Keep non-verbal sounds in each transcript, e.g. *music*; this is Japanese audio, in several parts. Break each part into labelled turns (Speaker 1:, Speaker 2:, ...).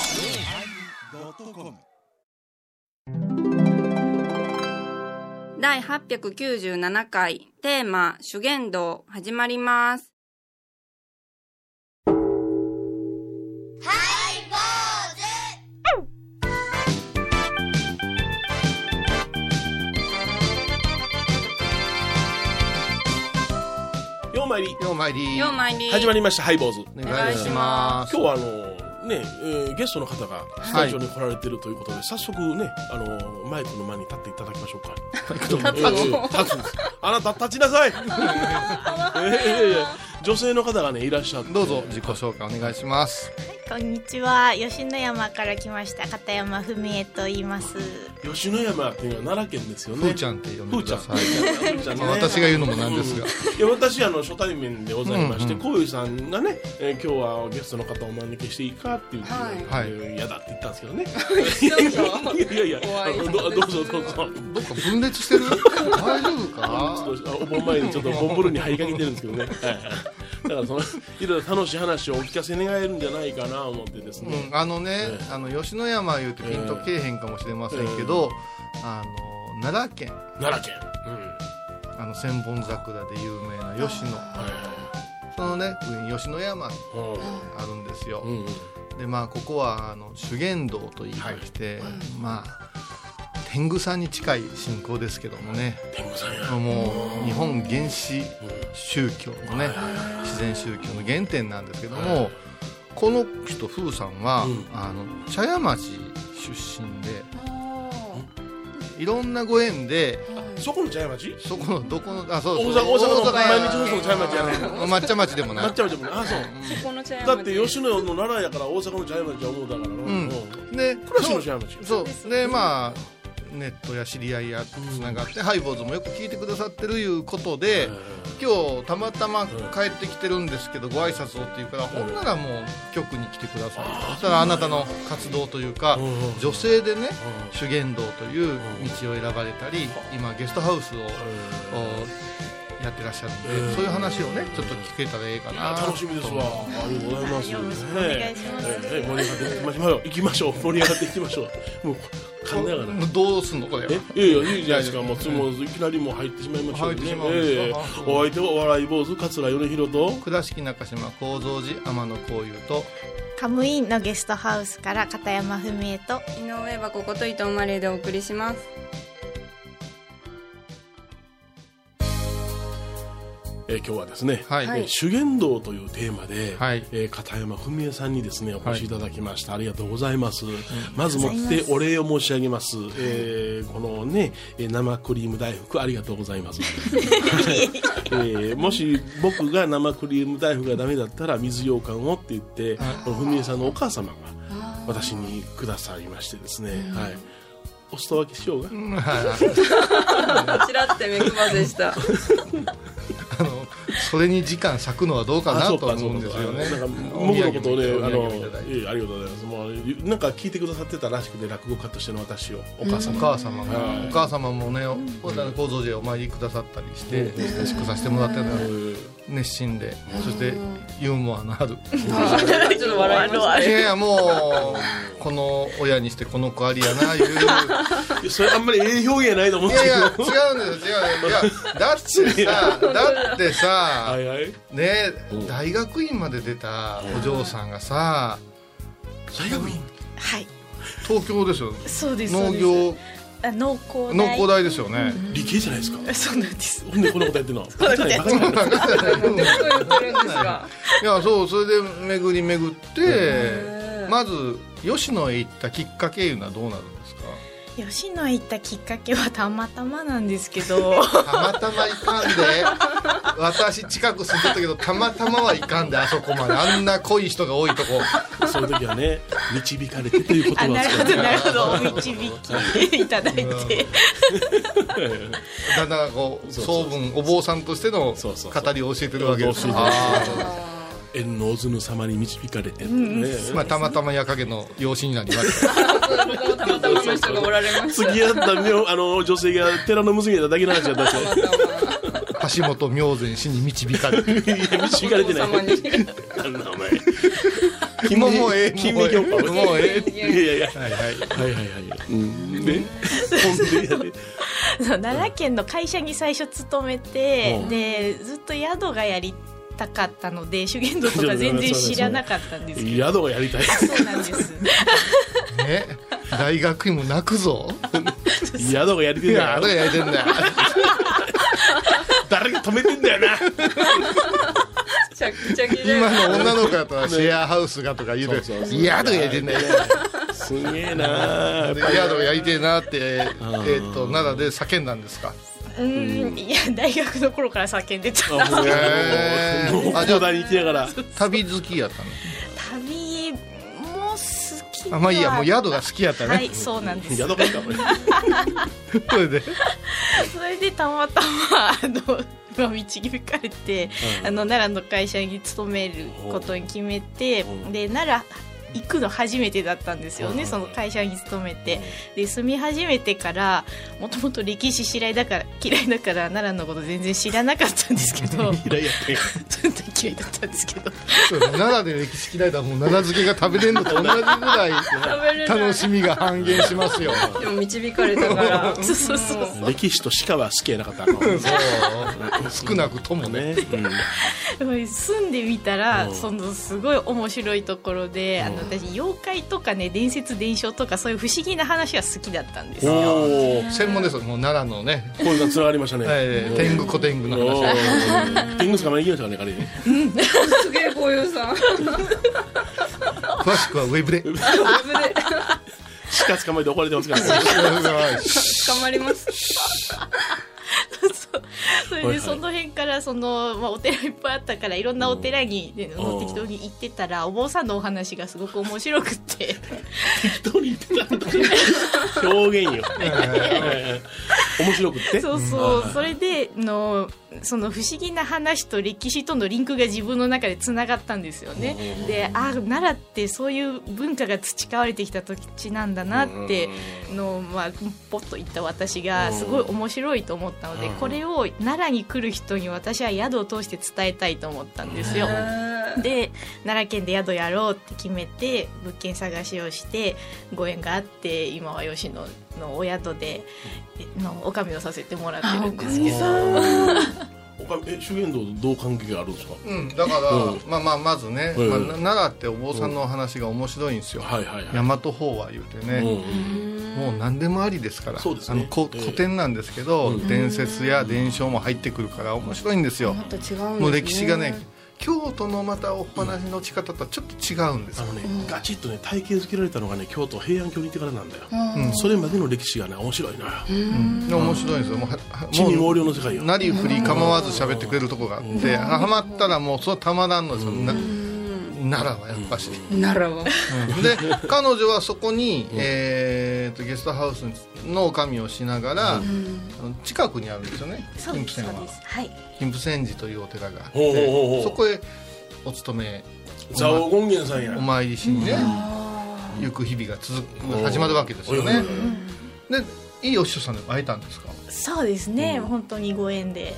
Speaker 1: yosmir
Speaker 2: 第897回テーマ「修験道」始まります
Speaker 3: ようまいり
Speaker 4: ようまいり
Speaker 2: ようまいり
Speaker 3: 始まりましたハイボーズ
Speaker 4: お
Speaker 2: お願いしま
Speaker 3: 今日はあのね、えーゲストの方がスタジオに来られてるということで、早速ねあのマイクの前に立っていただきましょう
Speaker 4: *laughs*
Speaker 3: か
Speaker 2: 立つの
Speaker 3: 立つあなた立ちなさいいやいやいや女性の方がねいらっしゃって
Speaker 4: どうぞ自己紹介お願いします
Speaker 5: こんにちは吉野山から来ました片山文江と言います
Speaker 3: 吉野山っていうのは奈良県ですよね
Speaker 4: ふーちゃんって呼んでください
Speaker 3: ふーちゃんね
Speaker 4: まあ私が言うのもなんですが
Speaker 3: いや私あの初対面でございまして
Speaker 4: うんうん
Speaker 3: こういうさんがね、えー今日はゲストの方をお招きしていいかっていう
Speaker 4: はい
Speaker 3: 嫌だって言ったんですけどね、い、やいやいや
Speaker 2: 怖い
Speaker 3: あのどどうぞどうぞ
Speaker 4: どっか分裂してる大丈
Speaker 3: *laughs*
Speaker 4: 夫
Speaker 3: ちょっ
Speaker 4: か
Speaker 3: とあお盆前にちょっとボンボルに入りかけてるんですけどね、はいはい、だからそのいろいろ楽しい話をお聞かせ願えるんじゃないかな思ってです
Speaker 4: う
Speaker 3: ね、
Speaker 4: んあのね
Speaker 3: え
Speaker 4: あの吉野山言うてピンとけえへんかもしれませんけどあの奈良県
Speaker 3: 奈良県、うん
Speaker 4: あの千本桜で有名な吉野
Speaker 3: はい
Speaker 4: そのね上に吉野山
Speaker 3: はい
Speaker 4: あるんですよ
Speaker 3: うんうん
Speaker 4: でまあここはあの修験道と言いましてまあ天狗さんに近い信仰ですけどもね
Speaker 3: 天狗さんや、
Speaker 4: もう日本原始
Speaker 3: うん
Speaker 4: 宗教のね自然宗教の原点なんですけども、
Speaker 3: はい
Speaker 4: この人風さんは、
Speaker 3: うん
Speaker 4: あの茶屋町出身でいろんなご縁で
Speaker 3: そこの茶屋町
Speaker 4: そこのどこのあそ
Speaker 3: 大
Speaker 4: う
Speaker 3: 阪
Speaker 4: そ
Speaker 3: 大
Speaker 4: う
Speaker 3: 阪の
Speaker 4: や
Speaker 3: 毎日放送の茶屋町やね
Speaker 4: 抹茶町でもな
Speaker 3: ないっちゃうじゃんあそう
Speaker 2: この茶屋
Speaker 3: だって吉野の奈良やから大阪の茶屋町は思うだからな、
Speaker 4: うん
Speaker 3: プ
Speaker 4: で
Speaker 3: ラスの茶屋町
Speaker 4: そうそうでまあネットや知り合いやつながって、ハイボーズもよく聞いてくださってるいうことで、今日たまたま帰ってきてるんですけど、ご挨拶をっていうから、ほんならもう局に来てくださいそしたらあなたの活動というか、
Speaker 3: うん
Speaker 4: 女性でね、
Speaker 3: うん
Speaker 4: 修験道という道を選ばれたり、今ゲストハウスを、おやってらっしゃるんで、
Speaker 3: うん
Speaker 4: そういう話をねちょっと聞けたらええかな
Speaker 3: 楽しみですわありがとうございます
Speaker 5: よろしくお願いします
Speaker 3: ねええ盛り上がっていきましょう行きましょう盛り上がっていきましょうもう噛んだがら
Speaker 4: もうどうすんのこれは
Speaker 3: えいやいやいいじゃないですかもうつもいきなりもう入ってしまいましょう
Speaker 4: 入ってしまうんですか
Speaker 3: ええお相手はお笑い坊主桂米広と
Speaker 4: 倉敷中島幸三寺天野幸雄
Speaker 3: *laughs*
Speaker 4: と
Speaker 5: カムインのゲストハウスから片山文江と
Speaker 2: 井上はここと伊藤マレーでお送りします
Speaker 3: えー今日はですね、
Speaker 4: はい、
Speaker 2: はい
Speaker 3: 修験道というテーマで、
Speaker 4: はい
Speaker 3: えー片山文江さんにですねお越しいただきました、ありがとうございます、まずもっ
Speaker 5: あり
Speaker 3: て
Speaker 5: がと
Speaker 3: お礼を申し上げます、えーこのねえー生クリーム大福ありがとうございます、
Speaker 5: *laughs*
Speaker 3: はいえーもし僕が生クリーム大福がダメだったら水羊羹をって言ってこの文江さんのお母様が私にくださいましてですね、はいお裾分けしようが、
Speaker 4: うんはい
Speaker 2: ちらって目くばでした
Speaker 4: あのそれに時間割くのはどうかな
Speaker 3: あそう
Speaker 4: と
Speaker 3: か
Speaker 4: 思うんですよね
Speaker 3: そうかなんか
Speaker 4: お
Speaker 3: 僕
Speaker 4: 土
Speaker 3: の
Speaker 4: 産
Speaker 3: ことをね、あ
Speaker 4: も
Speaker 3: の、
Speaker 4: お土産も
Speaker 3: い
Speaker 4: いただいて
Speaker 3: えいえありがとうございます。もう、なんか聞いてくださってたらしくて、落語家としての私を、お母さ
Speaker 4: お
Speaker 3: んが。
Speaker 4: 母様が、
Speaker 3: はい
Speaker 4: お母様もね、お田の構造寺へお参りくださったりして、親しくさせてもらってたの
Speaker 3: うん
Speaker 4: 熱心で、そしてユーモアのある、
Speaker 2: ちょっと笑いました
Speaker 4: いやいやもうこの親にしてこの子ありやないう
Speaker 3: いやそれあんまりええ表現ないと思う
Speaker 4: い
Speaker 3: んです
Speaker 4: やい
Speaker 3: け
Speaker 4: や違
Speaker 3: ど。
Speaker 4: うんですよ違うねいやだってさだって
Speaker 3: は
Speaker 4: さ
Speaker 3: いはい。
Speaker 4: ね
Speaker 3: うん
Speaker 4: 大学院まで出たお嬢さんがさ
Speaker 3: 大学院。
Speaker 5: はい
Speaker 4: 東京ですよ
Speaker 5: そうで
Speaker 4: 農業
Speaker 5: あ農工
Speaker 4: 農工大ですよね、
Speaker 3: 理系じゃないですか。
Speaker 5: そうなんです
Speaker 3: ほんで、こんなことやってんの。バカじゃない、バカじゃない。
Speaker 2: なんてこと言ってるんですか
Speaker 4: いやそうそれで巡り巡ってまず吉野へ行ったきっかけいうのはどうなるんですか
Speaker 5: 吉野へ行ったきっかけはたまたまなんですけど
Speaker 4: たまたま行かんで
Speaker 3: *laughs*
Speaker 4: 私近く住んでたけどたまたまは行かんであそこまであんな濃い人が多いとこ
Speaker 3: そういう時はね、導かれてという言
Speaker 5: あ
Speaker 3: 葉を
Speaker 5: なる
Speaker 3: 使
Speaker 5: ほ
Speaker 3: っ
Speaker 5: ど
Speaker 3: て。
Speaker 5: なるほどお導きいただいて
Speaker 4: だんだんこう
Speaker 3: そうそう
Speaker 4: 総分お坊さんとしての
Speaker 3: そうそうそう
Speaker 4: 語りを教えてるわけです
Speaker 3: そうそうそう
Speaker 4: あ
Speaker 3: 縁のおずぬ様に導かれて。ね
Speaker 4: ーまあたまたま矢影の養子になりました
Speaker 2: たまたまの人がおられました
Speaker 3: 次会ったねあの女性が寺の娘だっただけの話だったんですよ
Speaker 4: パ橋本明前氏に導かれて
Speaker 3: いや導かれてない
Speaker 2: お父様に
Speaker 3: なんだお前
Speaker 4: もうもうええ
Speaker 3: 金目強化
Speaker 4: もうえ
Speaker 3: いやいやいや
Speaker 4: えはいはい
Speaker 3: はいはいはいうんで本当にやで
Speaker 5: そう奈良県の会社に最初勤めて、
Speaker 3: うん
Speaker 5: でずっと宿がやりたかったので修験道とか全然知らなかったんですけど
Speaker 3: 宿をやりたい
Speaker 5: そうなんです
Speaker 4: ね大学院も泣くぞ
Speaker 3: 宿をやり
Speaker 4: い
Speaker 3: てえん
Speaker 4: や
Speaker 3: だ
Speaker 4: あれが
Speaker 3: よ
Speaker 4: やいてんだよ
Speaker 3: 誰が止めてんだよな
Speaker 2: ちゃくちゃきだよ
Speaker 4: 今の女の子だとはシェアハウスがとか言う
Speaker 3: そうそうそ
Speaker 4: て
Speaker 3: う
Speaker 4: いや宿がやいてんだよ
Speaker 3: すげえなやっ
Speaker 4: で
Speaker 3: ぱり
Speaker 4: 宿がやりてえなってえーっと奈良で叫んだんですか
Speaker 5: うんいや大学の頃から叫んでた
Speaker 3: あもう
Speaker 4: へー
Speaker 3: もう
Speaker 4: あじゃあ
Speaker 3: 農大に行きながら
Speaker 4: 旅好きやったの
Speaker 5: 旅も好きでは
Speaker 4: あまあいいやもう宿が好きやった
Speaker 5: は
Speaker 4: ね
Speaker 5: いそうなんです
Speaker 3: 宿かいた俺
Speaker 4: *laughs* それで
Speaker 5: それでたまたまあのまあ導かれて、
Speaker 3: うん
Speaker 5: あの奈良の会社に勤めることに決めて
Speaker 3: ほう
Speaker 5: で奈良行くの初めてだったんですよ
Speaker 3: う
Speaker 5: ね
Speaker 3: ん
Speaker 5: その会社に勤めてで住み始めてからもともと歴史嫌いだから嫌いだから奈良のこと全然知らなかったんですけ
Speaker 3: *laughs* 嫌い
Speaker 5: ど
Speaker 3: やったんや
Speaker 5: 全然嫌いだったんですけど
Speaker 4: そうだね奈良で歴史嫌いだもう奈良漬けが食べれんのと同じぐらい楽しみが半減しますよ
Speaker 2: でも導かれたから
Speaker 5: そうそうそう
Speaker 3: 歴史と鹿は好きやなかったの
Speaker 4: そう少なくともね
Speaker 3: ね、うん
Speaker 5: やっぱり住んでみたら、
Speaker 3: うん
Speaker 5: そのすごい面白いところで、あの私妖怪とかね伝説伝承とかそういう不思議な話は好きだったんですよ
Speaker 3: おお
Speaker 4: 専門ですよもう奈良のね、
Speaker 3: これがつながりましたね、
Speaker 4: えー天狗小天狗の話
Speaker 3: 話天狗捕まえに行きましたからねあ
Speaker 2: すげえこういうさ
Speaker 4: 詳しくはウェブで
Speaker 2: 危ね
Speaker 3: れ鹿捕まえて怒られてますからね
Speaker 2: 捕まります
Speaker 3: は
Speaker 5: それ
Speaker 3: いは
Speaker 5: で
Speaker 3: い
Speaker 5: その辺からその、まあ、お寺いっぱいあったからいろんなお寺に、ね
Speaker 3: うん
Speaker 5: 適当に行ってたらお坊さんのお話がすごく面白くて
Speaker 3: 適当に言ってたの表
Speaker 4: *laughs*
Speaker 3: 現よ面白くって
Speaker 5: *laughs* そうそうそれでのその不思議な話と歴史とのリンクが自分の中でつながったんですよねであ奈良ってそういう文化が培われてきた土地なんだなってのまあポッと言った私がすごい面白いと思ったので
Speaker 3: うん
Speaker 5: これを奈良に来る人に私は宿を通して伝えたいと思ったんですよ。
Speaker 2: え
Speaker 5: で奈良県で宿やろうって決めて物件探しをしてご縁があって今は吉野のお宿でえのおかみをさせてもらってるんですけど
Speaker 3: おかえ修験道とどう関係があるんですか
Speaker 4: うんだから、
Speaker 3: うん
Speaker 4: まあまあまずね、
Speaker 3: うん
Speaker 4: まあな奈良ってお坊さんのお話が面白いんですよ、
Speaker 3: はいはいは
Speaker 4: 大和法話言うて
Speaker 3: い、うんう
Speaker 4: ね、
Speaker 3: ん
Speaker 4: もう何でもありですから
Speaker 3: そうです
Speaker 4: あ
Speaker 3: ね
Speaker 4: のこ
Speaker 3: ええ
Speaker 4: 古典なんですけど、
Speaker 3: うん
Speaker 4: 伝説や伝承も入ってくるから面白いんですよ、
Speaker 2: また違うんですね
Speaker 4: もう歴史がね京都のまたお話の仕方とはちょっと違うんです
Speaker 3: あ
Speaker 4: よ、
Speaker 3: のね、ガチッとね体系づけられたのがね京都平安京に行ってからなんだよ、
Speaker 4: うん
Speaker 3: それまでの歴史がね面白いのよ
Speaker 4: で面白いんですよもうはは
Speaker 3: 地に
Speaker 4: もう
Speaker 3: 横領の世界よ
Speaker 4: なりふり構わず喋ってくれるとこがあってあハマったらもうそれはたまらんのですよ、な奈良はやっぱし、
Speaker 2: ならば
Speaker 4: で彼女はそこに、えー、とゲストハウスのおかみをしながら、あの近くにあるんですよね
Speaker 5: そう
Speaker 4: 金峰
Speaker 5: です
Speaker 4: 山
Speaker 5: そう
Speaker 4: は
Speaker 5: ですはい
Speaker 4: 金峰山寺というお寺があって
Speaker 3: ほうほうほうほう
Speaker 4: そこへお勤め
Speaker 3: 蔵王権現さんや
Speaker 4: お参りしにね、行く日々が続く始まるわけですよ
Speaker 3: うん
Speaker 4: ねでいいお師匠さんでも会えたんですか
Speaker 5: そうですね、本当にご縁で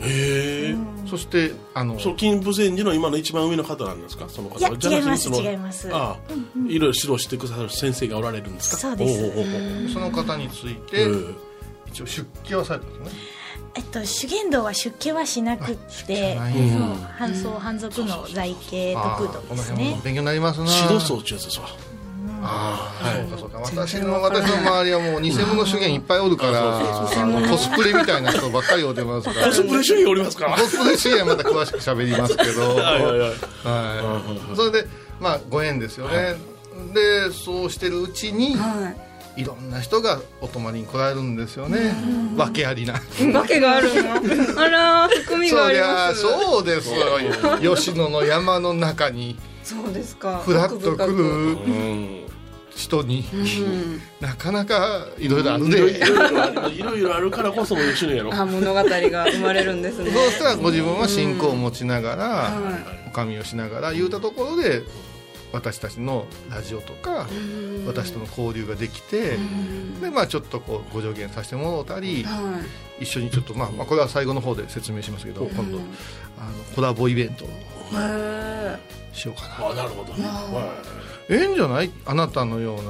Speaker 3: へえ、
Speaker 4: そしてあの
Speaker 3: その金峰山寺の今の一番上の方なんですかその方
Speaker 5: いや
Speaker 3: じゃな
Speaker 5: 違います
Speaker 3: くてその
Speaker 5: 違います
Speaker 3: ああ、いろいろ指導してくださる先生がおられるんですか
Speaker 5: そうです
Speaker 3: おうおうおうおう
Speaker 4: その方について、
Speaker 3: えー
Speaker 4: 一応出家はされたんですね
Speaker 5: えっと修験道は出家はしなくって
Speaker 3: は
Speaker 4: あ出家
Speaker 5: そう
Speaker 3: ないんだ
Speaker 5: 半僧半俗の在家得
Speaker 4: あー
Speaker 5: 度
Speaker 4: この
Speaker 5: です
Speaker 4: 辺も
Speaker 5: ね
Speaker 4: 勉強になりますな
Speaker 3: 指導層ってやつですわ
Speaker 4: ああ、
Speaker 3: はい
Speaker 4: そうかそうか私の私の周りはもう偽物主言いっぱいおるから
Speaker 3: *laughs*
Speaker 4: あのコスプレみたいな人ばっかりおってますから
Speaker 3: コスプレ主義おりますか
Speaker 4: コスプレ主義はまた詳しく喋りますけど
Speaker 3: *laughs* はいはいはい
Speaker 4: はいそれでまあご縁ですよね、でそうしてるうちに、、
Speaker 2: はい
Speaker 4: ろんな人がお泊まりに来られるんですよね、訳ありない
Speaker 2: わけがあるのあら含みが
Speaker 4: そ
Speaker 2: あ
Speaker 4: り
Speaker 2: り
Speaker 4: ゃ
Speaker 2: ま
Speaker 4: あ
Speaker 2: す
Speaker 4: そうです
Speaker 3: *laughs*
Speaker 4: よ吉野の山の中に
Speaker 2: そうですか
Speaker 4: ふらっと来る
Speaker 3: うん
Speaker 4: 人に、
Speaker 2: うん
Speaker 4: なかなかいろいろある
Speaker 3: いろ
Speaker 4: で、
Speaker 3: いろあるいろいろあるからこその吉野やろ
Speaker 2: あ物語が生まれるんですね
Speaker 4: そうしたらご自分は信仰を持ちながら、
Speaker 2: うん
Speaker 4: おかみをしながら言うたところで私たちのラジオとか私との交流ができてで、まあ、ちょっとこうご助言させてもらったり
Speaker 2: は
Speaker 4: 一緒にちょっと、まあ、まあこれは最後の方で説明しますけど今度あのコラボイベントを
Speaker 2: い。へ
Speaker 4: しようかな。
Speaker 3: あなるほどねは
Speaker 4: ええんじゃないあなたのような
Speaker 2: え。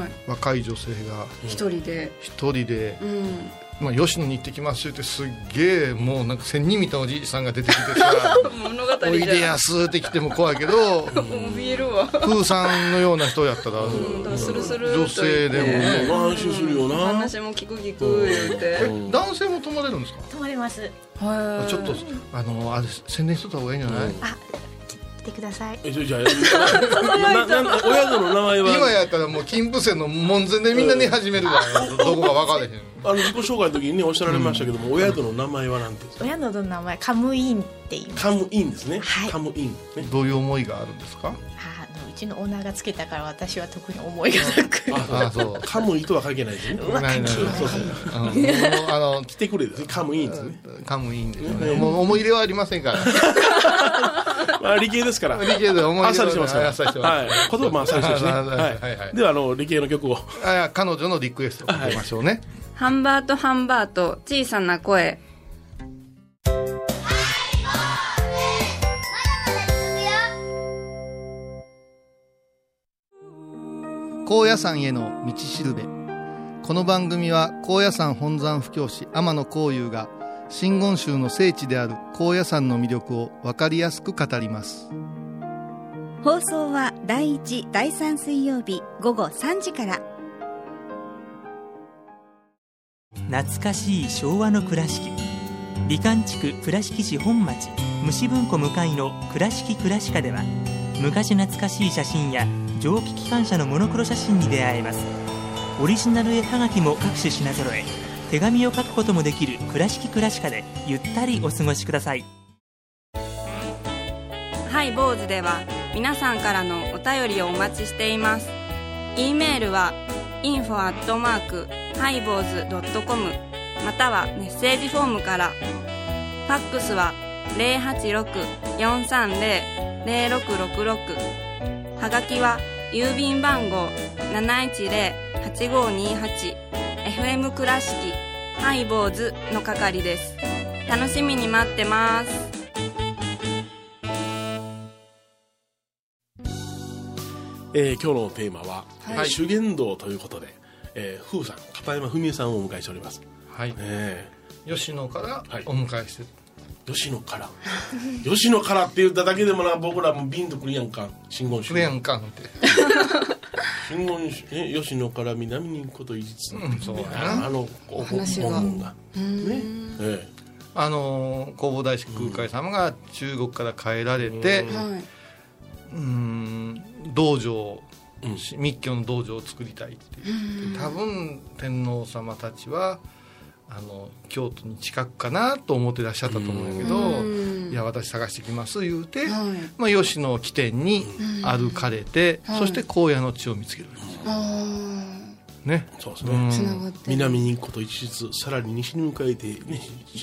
Speaker 2: はい。
Speaker 4: 若い女性が
Speaker 2: 一人で。
Speaker 4: 一人で
Speaker 2: うん。
Speaker 4: まあ、吉野に行ってきますってすっげえもうなんか仙人みたいなおじいさんが出てきてさ
Speaker 2: 物
Speaker 4: 「お
Speaker 2: 語
Speaker 4: いで
Speaker 2: じゃん。
Speaker 4: やす」って来ても怖いけど
Speaker 2: 怯えるわ。
Speaker 4: 風さんのような人やったら
Speaker 2: うんスルスル
Speaker 4: 女性でも
Speaker 2: と言っ
Speaker 3: う
Speaker 4: ね
Speaker 3: んまあ安心するよな
Speaker 2: 話も聞く聞く言う
Speaker 4: え
Speaker 2: て。
Speaker 4: 男性も泊まれるんですか
Speaker 5: 泊まれます
Speaker 2: は
Speaker 4: ちょっとあのあれ宣伝しとった方がいいんじゃない、
Speaker 3: うん
Speaker 5: 来てください
Speaker 3: えじゃあじゃあなななお宿の名前は
Speaker 4: 今やったらもう金峰山の門前でみんな寝始めるわ、どこか分からへん
Speaker 3: あの自己紹介の時にねおっしゃられましたけども、お宿の名前はなんていうんですか
Speaker 5: 親のどの名前カムインって言います
Speaker 3: カムインですね、
Speaker 5: はい
Speaker 3: カムインね
Speaker 4: どういう思いがあるんですか
Speaker 5: あのうちのオーナーがつけたから私は特に思いがなく
Speaker 4: ああそう
Speaker 3: カムイとは書けないですね
Speaker 4: ないないない
Speaker 3: そうそう
Speaker 4: うんもうあの
Speaker 3: 来てくれですねカムインですね、
Speaker 4: カムインですよ
Speaker 3: う
Speaker 4: ね
Speaker 3: ん
Speaker 4: もう思い入れはありませんから
Speaker 3: まあ、理系ですから
Speaker 4: 理系で思い
Speaker 3: あっ
Speaker 4: 出
Speaker 3: さりしてますから、
Speaker 4: あっさりして
Speaker 3: は
Speaker 4: ま
Speaker 3: い、言葉もあっさりしてるしね、
Speaker 4: はいは
Speaker 3: は
Speaker 4: いはい
Speaker 3: い、ではあの理系の曲を
Speaker 4: すあ彼女のリクエストをかけましょうね、
Speaker 2: ハンバートハンバート小さな声。
Speaker 4: 高野山への道しるべこの番組は高野山本山布教師天野幸雄が真言宗の聖地である高野山の魅力を分かりやすく語ります
Speaker 1: 放送は第1、第3水曜日午後3時から。
Speaker 6: 懐かしい昭和の倉敷美観地区倉敷市本町虫文庫向かいの「倉敷倉歯科」では昔懐かしい写真や蒸気機関車のモノクロ写真に出会えますオリジナル絵はがきも各種品揃え手紙を書くこともできる「倉敷倉歯科」でゆったりお過ごしください
Speaker 2: ハイボーズでは皆さんからのお便りをお待ちしています。e メールは info アットマークハイボーズドットコムまたはメッセージフォームから。ファックスは086-430-0666はがきは郵便番号710-8528 FM 倉敷ハイボーズの係です。楽しみに待ってます。
Speaker 3: えー今日のテーマは「
Speaker 2: はい
Speaker 3: 修験道」ということで、えー、風さん片山文江さんをお迎えしております、ね
Speaker 4: はい
Speaker 3: え
Speaker 4: 吉野から
Speaker 3: はい
Speaker 4: お迎えして、
Speaker 3: 吉野から
Speaker 2: *laughs*
Speaker 3: 吉野からって言っただけでもな僕らもビンとくるやんか真言宗
Speaker 4: クレアンカンって
Speaker 3: 真言宗ね吉野から南に行くこと一日、
Speaker 4: うんそうやな
Speaker 3: あのお
Speaker 2: 話が
Speaker 3: 文言がねえ
Speaker 4: あの弘法大師空海様が中国から帰られて
Speaker 2: はい。
Speaker 4: うん道場を
Speaker 3: えうん
Speaker 4: 密教の道場を作りたいっていう多分天皇様たちはあの京都に近くかなと思ってらっしゃったと思うんやけど「いや私探してきます」言う
Speaker 2: は
Speaker 4: て、
Speaker 2: い
Speaker 4: まあ、吉野を起点に歩かれて、
Speaker 2: はい
Speaker 4: そして荒野の地を見つけるわけですよね。
Speaker 3: そうです
Speaker 4: う
Speaker 3: ね、
Speaker 4: ん
Speaker 2: つながってる
Speaker 3: 南に行くこと一日さらに西に向かえて、ね、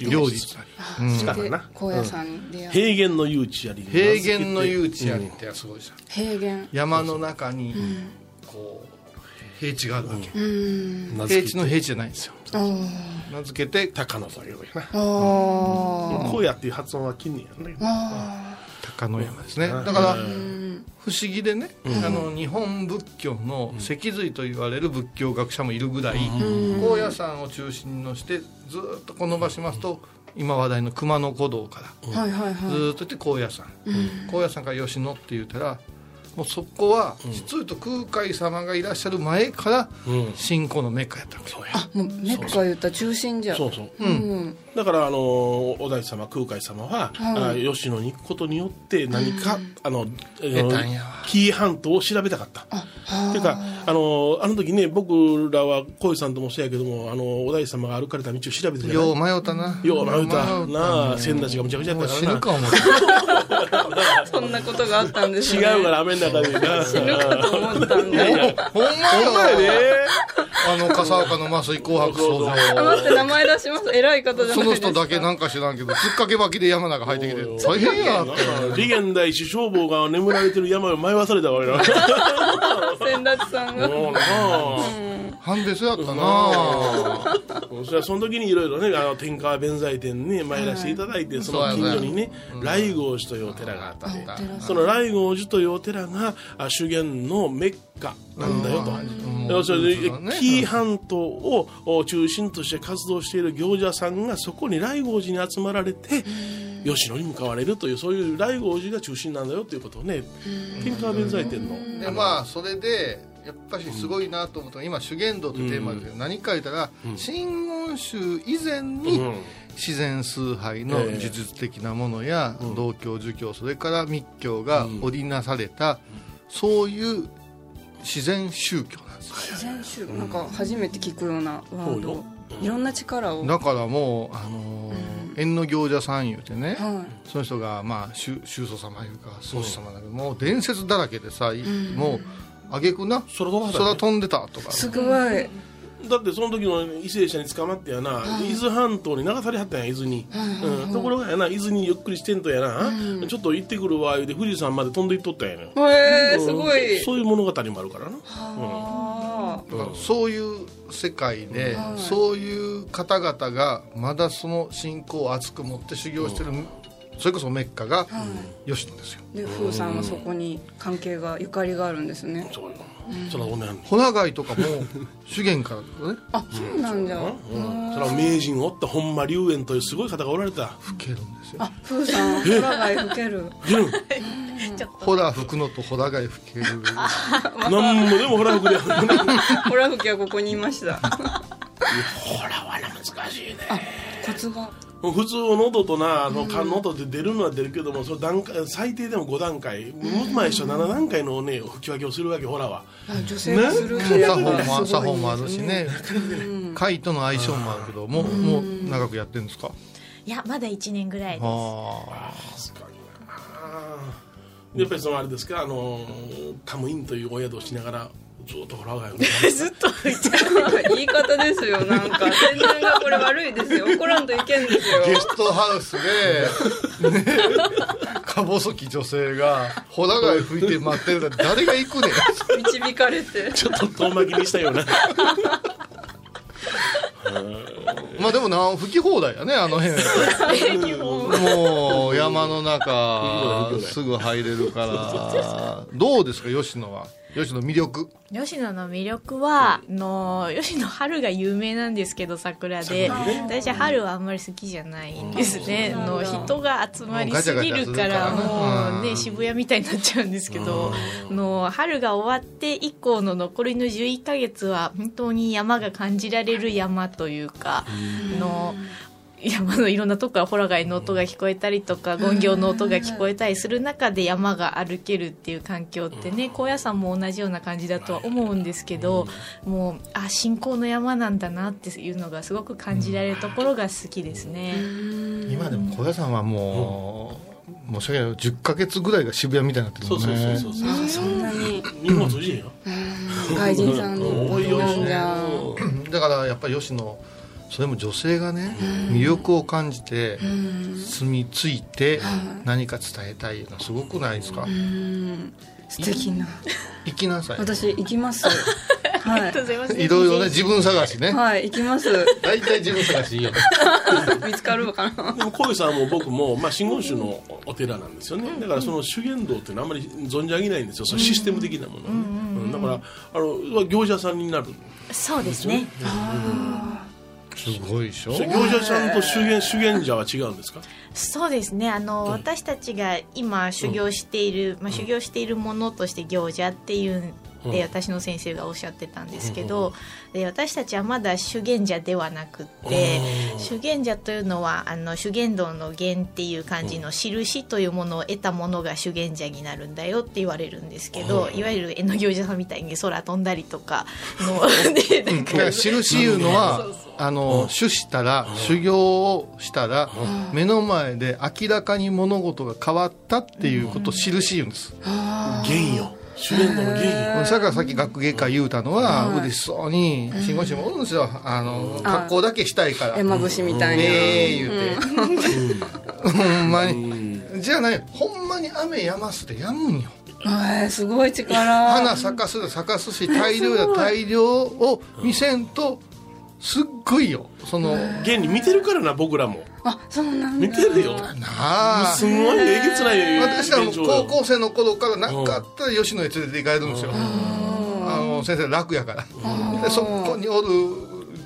Speaker 4: 両日なり
Speaker 2: それで
Speaker 3: だな
Speaker 2: 高野山に出会う
Speaker 3: 平原の誘致あり
Speaker 4: 平原の誘致やりっ
Speaker 3: うん
Speaker 4: てすごいじゃん
Speaker 2: 平原
Speaker 4: 山の中にこう平地があるわけ、
Speaker 2: うん
Speaker 3: 名付
Speaker 4: 平
Speaker 3: け
Speaker 4: 地
Speaker 3: て
Speaker 4: の平地じゃないんですよ
Speaker 2: あ
Speaker 4: 名付けて
Speaker 3: 高野山よやな
Speaker 2: あ
Speaker 3: こうやっていう発音は近年やね
Speaker 2: あ
Speaker 4: 鷹の山ですねだから、
Speaker 2: うん
Speaker 4: 不思議でね、あの日本仏教の脊髄と言われる仏教学者もいるぐらい、高野山を中心にしてずっとこう伸ばしますと今話題の熊野古道から
Speaker 2: はいはい
Speaker 4: ず
Speaker 2: は
Speaker 4: ーっと行って高野山、高野山から吉野って言ったらもうそこは実を言うと空海様がいらっしゃる前から
Speaker 3: うん
Speaker 4: 信仰のメッカやったんですよ、
Speaker 2: いもうメッカ言ったら中心じゃん
Speaker 3: そうそう
Speaker 2: うんうん
Speaker 3: だからあのお大師様空海様は、
Speaker 2: はい
Speaker 3: あ吉野に行くことによって何か、あのあ
Speaker 4: 得
Speaker 3: の
Speaker 4: たんやわ
Speaker 3: 紀伊半島を調べたかったっていうかあのあの時ね僕らは小石さんともそうやけどもあのお大師様が歩かれた道を調べてた
Speaker 4: よ
Speaker 3: よ
Speaker 4: う迷ったな
Speaker 3: よう迷う
Speaker 4: よ
Speaker 3: た
Speaker 4: う迷
Speaker 3: なあ千田氏がむちゃくちゃや
Speaker 4: も
Speaker 3: っ
Speaker 4: う
Speaker 3: た
Speaker 4: 死
Speaker 3: から
Speaker 4: ぬ
Speaker 3: な
Speaker 4: か思った
Speaker 2: そんなことがあったんです
Speaker 4: *laughs*
Speaker 3: 違うから雨の中でな
Speaker 2: 死ぬかと思ったんだ
Speaker 4: ほんまよ
Speaker 3: ほんまやで
Speaker 4: あの笠岡の麻酔紅白創
Speaker 7: あ
Speaker 4: 造
Speaker 7: 待って名前出します偉い方じゃ
Speaker 4: そ
Speaker 7: ない
Speaker 4: の
Speaker 7: ですか
Speaker 4: 人だけなんか知らんけど突っかけばきで山中入ってきて
Speaker 3: *laughs*
Speaker 4: 大変やって
Speaker 3: リゲン大師消防が眠られてる山を迷わされたわけだ。
Speaker 7: 先達さんが
Speaker 3: もうなあ。
Speaker 4: ハンデスやったな
Speaker 3: あそしたらその時にいろいろねあの天川弁財天に参らせていただいて、その近所にね来郷寺というお寺があって、その来郷寺というお寺があ修験のメッカなんだよと。
Speaker 4: うん
Speaker 3: 要するに
Speaker 4: うん
Speaker 3: 紀伊半島をお中心として活動している行者さんがそこに来郷寺に集まられて吉野に向かわれるというそういう来郷寺が中心なんだよということをね天川弁財天の
Speaker 4: でまあそれでやっぱりすごいなと思ったのが今修験道ってテーマですけど、何書いたら「真言宗以前に
Speaker 3: うん
Speaker 4: 自然崇拝の呪術的なものや道教儒教それから密教が織りなされた、そういう自然宗教なんですよ
Speaker 7: 自然宗なんか初めて聞くようなワー
Speaker 3: そう
Speaker 7: ド
Speaker 3: よ
Speaker 7: いろんな力を
Speaker 4: だからもう、あのー縁の行者さん言うてね、
Speaker 7: は
Speaker 4: その人が、まあ、宗宗祖様いうか宗師様だけど、もう伝説だらけでさ、いもうあげくな
Speaker 3: 空飛ばされたね
Speaker 4: 空飛んでたとか
Speaker 7: いすごい
Speaker 3: だってその時の為政者に捕まってやな、伊豆半島に流されはったんや伊豆に、うん、ところがやな伊豆にゆっくりしてんとやな、ちょっと行ってくるわ言うて富士山まで飛んでいっとったんやね、
Speaker 7: へえすご
Speaker 3: うん
Speaker 7: い
Speaker 3: そういう物語もあるからな
Speaker 7: あ
Speaker 4: だからそういう世界で、
Speaker 7: い
Speaker 4: そういう方々がまだその信仰を熱く持って修行してる、それこそメッカが吉野ですよ
Speaker 7: ーで風さんはそこに関係がゆかりがあるんですね
Speaker 3: そうよ、そらおねん
Speaker 4: ホラ貝と *laughs* かも修験からね
Speaker 7: あそうなんじゃ
Speaker 3: うん、そら名人おった本間龍炎というすごい方がおられた
Speaker 4: 吹けるんですよ
Speaker 7: あ風さん空が吹ける
Speaker 3: うん
Speaker 4: ホラ吹くのとホラ貝吹ける
Speaker 3: なんもでもほら服でほら
Speaker 7: 空吹きはここにいました
Speaker 3: はな難しいね
Speaker 7: コツが
Speaker 3: 普通の喉となあの缶の音で出るのは出るけども、その段階最低でも5段階前一緒7段階のね吹き分けをするわけほらは
Speaker 7: あ女性がする
Speaker 4: 作
Speaker 7: やっ
Speaker 4: 法
Speaker 7: ぱ
Speaker 4: *laughs*
Speaker 7: り
Speaker 4: も
Speaker 7: すご
Speaker 4: 作
Speaker 7: い
Speaker 4: 法もあるしね貝との相性もあるけどもうもう長くやってるんですか
Speaker 5: いやまだ1年ぐらいです
Speaker 4: あ
Speaker 3: 確かになやっぱりそのあれですかあのカムインというお宿をしながらずっとホラー街をね *laughs*
Speaker 7: 言い方ですよなんか宣伝がこれ悪いですよ怒らんといけんですよ
Speaker 4: ゲストハウスで、 *laughs* ね、か細き女性がホラ貝吹いて待ってるなんて誰が行くねん
Speaker 7: 導かれて
Speaker 3: ちょっと遠巻きにしたような
Speaker 4: まあでもな吹き放題やねあの辺もう山の中すぐ入れるからどうですか吉野は吉野魅力
Speaker 5: 吉野の魅力は、あの吉野春が有名なんですけど桜で私春はあんまり好きじゃないんですね、あの人が集まりすぎるから
Speaker 4: もうガチャガチャするからね
Speaker 5: もう
Speaker 4: う
Speaker 5: ね
Speaker 4: ん
Speaker 5: 渋谷みたいになっちゃうんですけど、あの春が終わって以降の残りの11ヶ月は本当に山が感じられる山というか、あの山のいろんなとこからホラ貝の音が聞こえたりとか権行の音が聞こえたりする中で山が歩けるっていう環境ってね高野山も同じような感じだとは思うんですけどもうあ信仰の山なんだなっていうのがすごく感じられるところが好きですね。
Speaker 4: 今でも小屋さんはもう、申し訳ないけど10ヶ月ぐらいが渋谷みたいになってる
Speaker 3: そ
Speaker 4: もん
Speaker 3: う
Speaker 4: ね
Speaker 3: そうそうそうそう
Speaker 7: そんなに
Speaker 3: 日本通じへんよ
Speaker 7: 外人さんに
Speaker 3: おいおい
Speaker 7: なんじゃん
Speaker 4: だからやっぱり吉野それも女性がね魅力を感じて住み着いて何か伝えたいのすごくないですか
Speaker 7: 素敵な
Speaker 4: 行きなさい
Speaker 7: 私行きますは
Speaker 5: ありがとうございます
Speaker 4: *laughs* いろいろね自分探し
Speaker 7: い
Speaker 4: ね
Speaker 7: はい行きます
Speaker 4: 大体自分探しいいよね
Speaker 7: 見つかるのかな
Speaker 3: でも小さんも僕も、まあ、真言宗のお寺なんですよねだからその修験道っていうのはあんまり存じ上げないんですよそのシステム的なものね、うんだからあの行者さんになる
Speaker 5: そうですね
Speaker 4: すごいでしょ
Speaker 3: それ行者さんと修験修験者は違うんですか
Speaker 5: そうですねあの、私たちが今修行している、まあ、修行しているものとして行者っていうで私の先生がおっしゃってたんですけど、で私たちはまだ修験者ではなくって修験者というのはあの修験道の源っていう漢字の印というものを得たものが修験者になるんだよって言われるんですけど、いわゆる絵の行者さんみたいに空飛んだりとかの *laughs* でなん
Speaker 4: だか
Speaker 5: から
Speaker 4: 印いうのはあの主したら修行をしたら目の前で明らかに物事が変わったっていうことを印言うんです
Speaker 3: 原よ主演の原因
Speaker 4: さからさっき学芸会言うたのは嬉しそうに信号師もおるんですよあの格好だけしたいから
Speaker 2: 絵まぶしみたいな、
Speaker 4: ええ言うて *laughs* ほんまにじゃあねほんまに雨やますでやむんよ
Speaker 2: えーすごい力
Speaker 4: 花咲かすで咲かすし大量や大量を見せんとすっごいよそのな
Speaker 3: 原理見てるからな僕らも
Speaker 2: あそうなんだ
Speaker 3: 見てるよ
Speaker 4: あ
Speaker 3: すごいえげつない
Speaker 4: 私らも
Speaker 3: 現状よ
Speaker 4: 高校生の頃から何かあったら吉野へ連れて行かれるんですよあの先生楽やからでそこにおる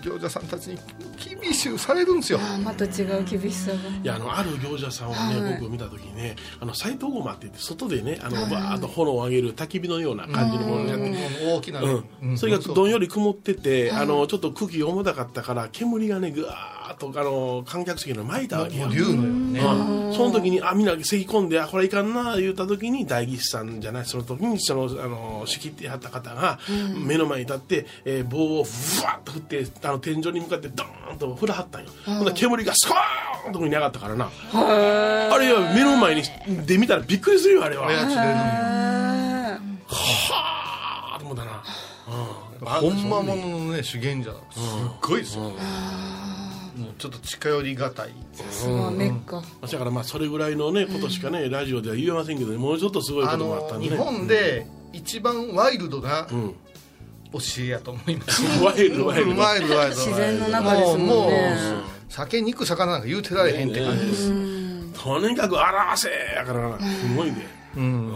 Speaker 4: 行者さんたちに厳しゅうされるんですよ
Speaker 2: あまた違う厳しさが
Speaker 3: いやあのある行者さんをね、僕見た時にねあの斎藤駒って言って外でねあの、バーッと炎を上げる焚き火のような感じのものをやって
Speaker 4: 大きなね
Speaker 3: うん、それがどんより曇ってて、あのちょっと空気が重たかったから煙がねぐわーっとあの観客席の巻いたわけよ
Speaker 4: もう竜のようにね
Speaker 3: うんその時にあみんな咳き込んであこれいかんな言った時に代議士さんじゃないその時にそのあの仕切ってやった方が目の前に立って、えー棒をふわっと振ってあの天井に向かってドーンと振らはったんよ、ほんなら煙がスコーンとこに上がったからなあれは目の前にで見たらびっくりするよあれは
Speaker 4: おやつれるんよ
Speaker 3: はあと思ったな、うん、
Speaker 4: ほんまもののね修験者すっごいですよ、もうちょっと近寄りがたい
Speaker 2: すごいメッカ
Speaker 3: だからまあそれぐらいのねことしかね、ラジオでは言えませんけど、もうちょっとすごいこ
Speaker 4: あ
Speaker 3: ともあった
Speaker 4: の
Speaker 3: ん
Speaker 4: 日
Speaker 3: で、ね、
Speaker 4: 本で一番ワイルドな
Speaker 3: う
Speaker 4: 教
Speaker 3: ん、
Speaker 4: えやと思います、
Speaker 3: ワイルドワイルド
Speaker 4: ワイルドワイルド
Speaker 2: 自然の中ですもんね
Speaker 4: もうもう酒肉魚なんか言うてられへんって感じです、
Speaker 3: とにかく表せやからなすごいね
Speaker 4: うん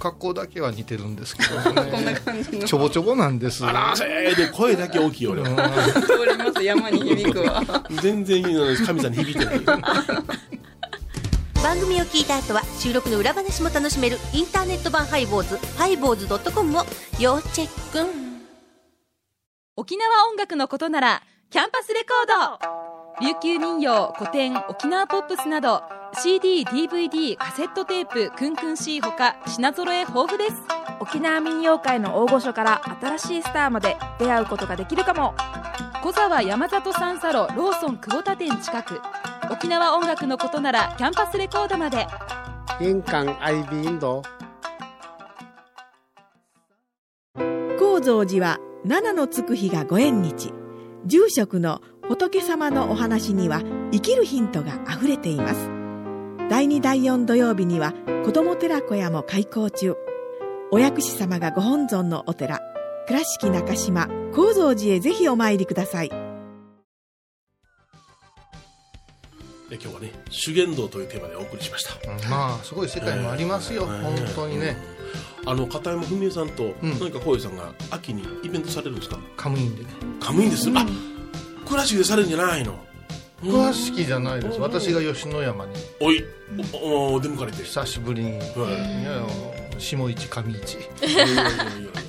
Speaker 4: 格好だけは似てるんですけど、ね、ちょぼちょぼなんです
Speaker 3: 表せで声だけ大きいよ俺は
Speaker 2: 通ります山に響くわ
Speaker 3: 全然いいのに神さんに響い
Speaker 4: *laughs*
Speaker 3: てない
Speaker 8: 番組を聞いた後は収録の裏話も楽しめるインターネット版ハイボーズハイボーズ .com を要チェック
Speaker 7: 沖縄音楽のことならキャンパスレコード琉球民謡古典沖縄ポップスなど CDDVD カセットテー
Speaker 9: *laughs*
Speaker 7: プクンクン C ほか品揃え豊富です
Speaker 10: 沖縄民謡界の大御所から新しいスターまで出会うことができるかも
Speaker 7: 小沢山里三佐路ローソン久保田店近く沖縄音楽のことならキャンパスレコードまで
Speaker 11: 印鑑 IB インド
Speaker 9: 高蔵寺は七のつく日がご縁日住職の仏様のお話には生きるヒントがあふれています第2第4土曜日には子ども寺小屋も開校中お薬師様がご本尊のお寺倉敷中島・高蔵寺へぜひお参りください
Speaker 3: で今日はね「修験道」というテーマでお送りしました
Speaker 4: まあすごい世界もありますよ、本当にね
Speaker 3: あの片山文江さんと
Speaker 4: うん
Speaker 3: 何か浩平さんが秋にイベントされるんですか
Speaker 4: カムインでね
Speaker 3: カムインですあ倉敷でされるんじゃないの
Speaker 4: 詳しきじゃないです私が吉野山に
Speaker 3: おいおお出迎え
Speaker 4: *laughs*
Speaker 3: て
Speaker 4: 久しぶりに、
Speaker 3: はい
Speaker 4: いや下市上市
Speaker 3: いやいやいやい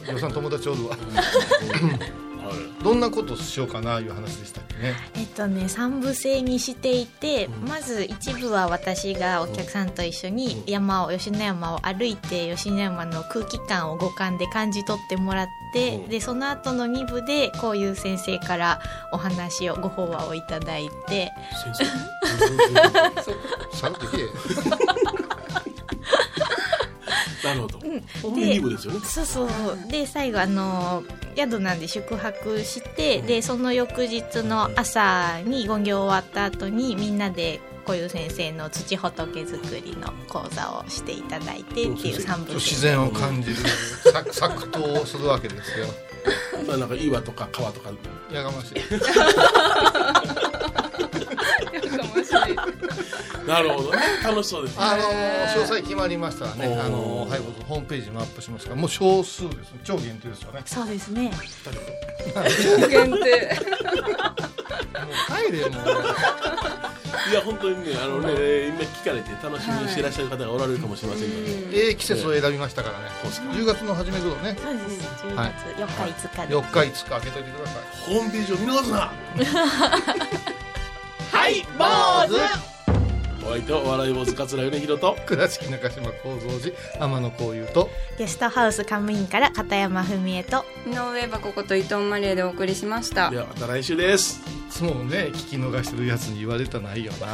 Speaker 3: や
Speaker 4: 予算友達おるわ
Speaker 3: はい
Speaker 4: どんなことしようかないう話でしたっけね
Speaker 12: えっとね3部制にしていて、まず一部は私がお客さんと一緒に山を吉野山を歩いて吉野山の空気感を五感で感じ取ってもらって、
Speaker 3: うん
Speaker 12: でその後の2部でこういう先生からお話をご法話をいただいて
Speaker 3: 先生
Speaker 4: さらっと行け
Speaker 3: なるほど。これ二部ですよね。
Speaker 12: そうそうで最後あの宿なんで宿泊してでその翌日の朝に五行終わった後にみんなでこういう先生の土仏作りの講座をしていただいてっていう三部制
Speaker 4: 自然を感じるさ *laughs* 作刀をするわけですよ
Speaker 3: まあなんか岩とか川とか。
Speaker 4: やがましい
Speaker 3: なるほどね。楽しそうですね。
Speaker 4: あの詳細決まりましたらね
Speaker 3: おー
Speaker 4: あのハイボーズホームページもアップしますからもう少数です超限定ですよね
Speaker 12: そうですね
Speaker 2: 限定
Speaker 4: もう帰れもう
Speaker 3: いや本当にねあのね今聞かれて楽しみにしてらっしゃる方がおられるかもしれませんけどね。
Speaker 4: ええ季節を選びましたからね10月の初め頃ね
Speaker 12: そうです10
Speaker 4: はい
Speaker 12: 月4日5日で
Speaker 4: 4日5日開けといてください
Speaker 3: ホームページを見逃すな。
Speaker 4: はい坊主
Speaker 3: お相手はお笑い坊主桂米広と。
Speaker 4: 倉敷中島幸三寺天野幸雄と
Speaker 12: ゲストハウスカムインから片山文江と
Speaker 2: 井上はここと伊藤マリエでお送りしました
Speaker 3: ではまた来週です。
Speaker 4: いつもね聞き逃してるやつに言われたないよな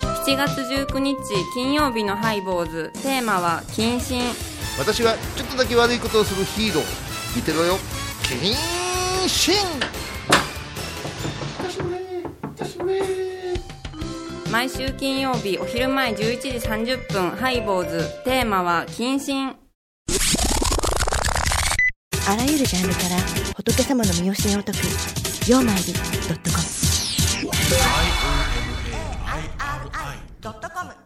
Speaker 2: 7月19日金曜日のハイボーズテーマは謹慎
Speaker 4: 私がちょっとだけ悪いことをするヒーロー見てろよ謹慎
Speaker 2: 毎週金曜日お昼前11時30分ハイボーズテーマは謹慎
Speaker 13: あらゆるジャンルから仏様の身教えを解く「曜マイり .com」「IOMAIRI.com」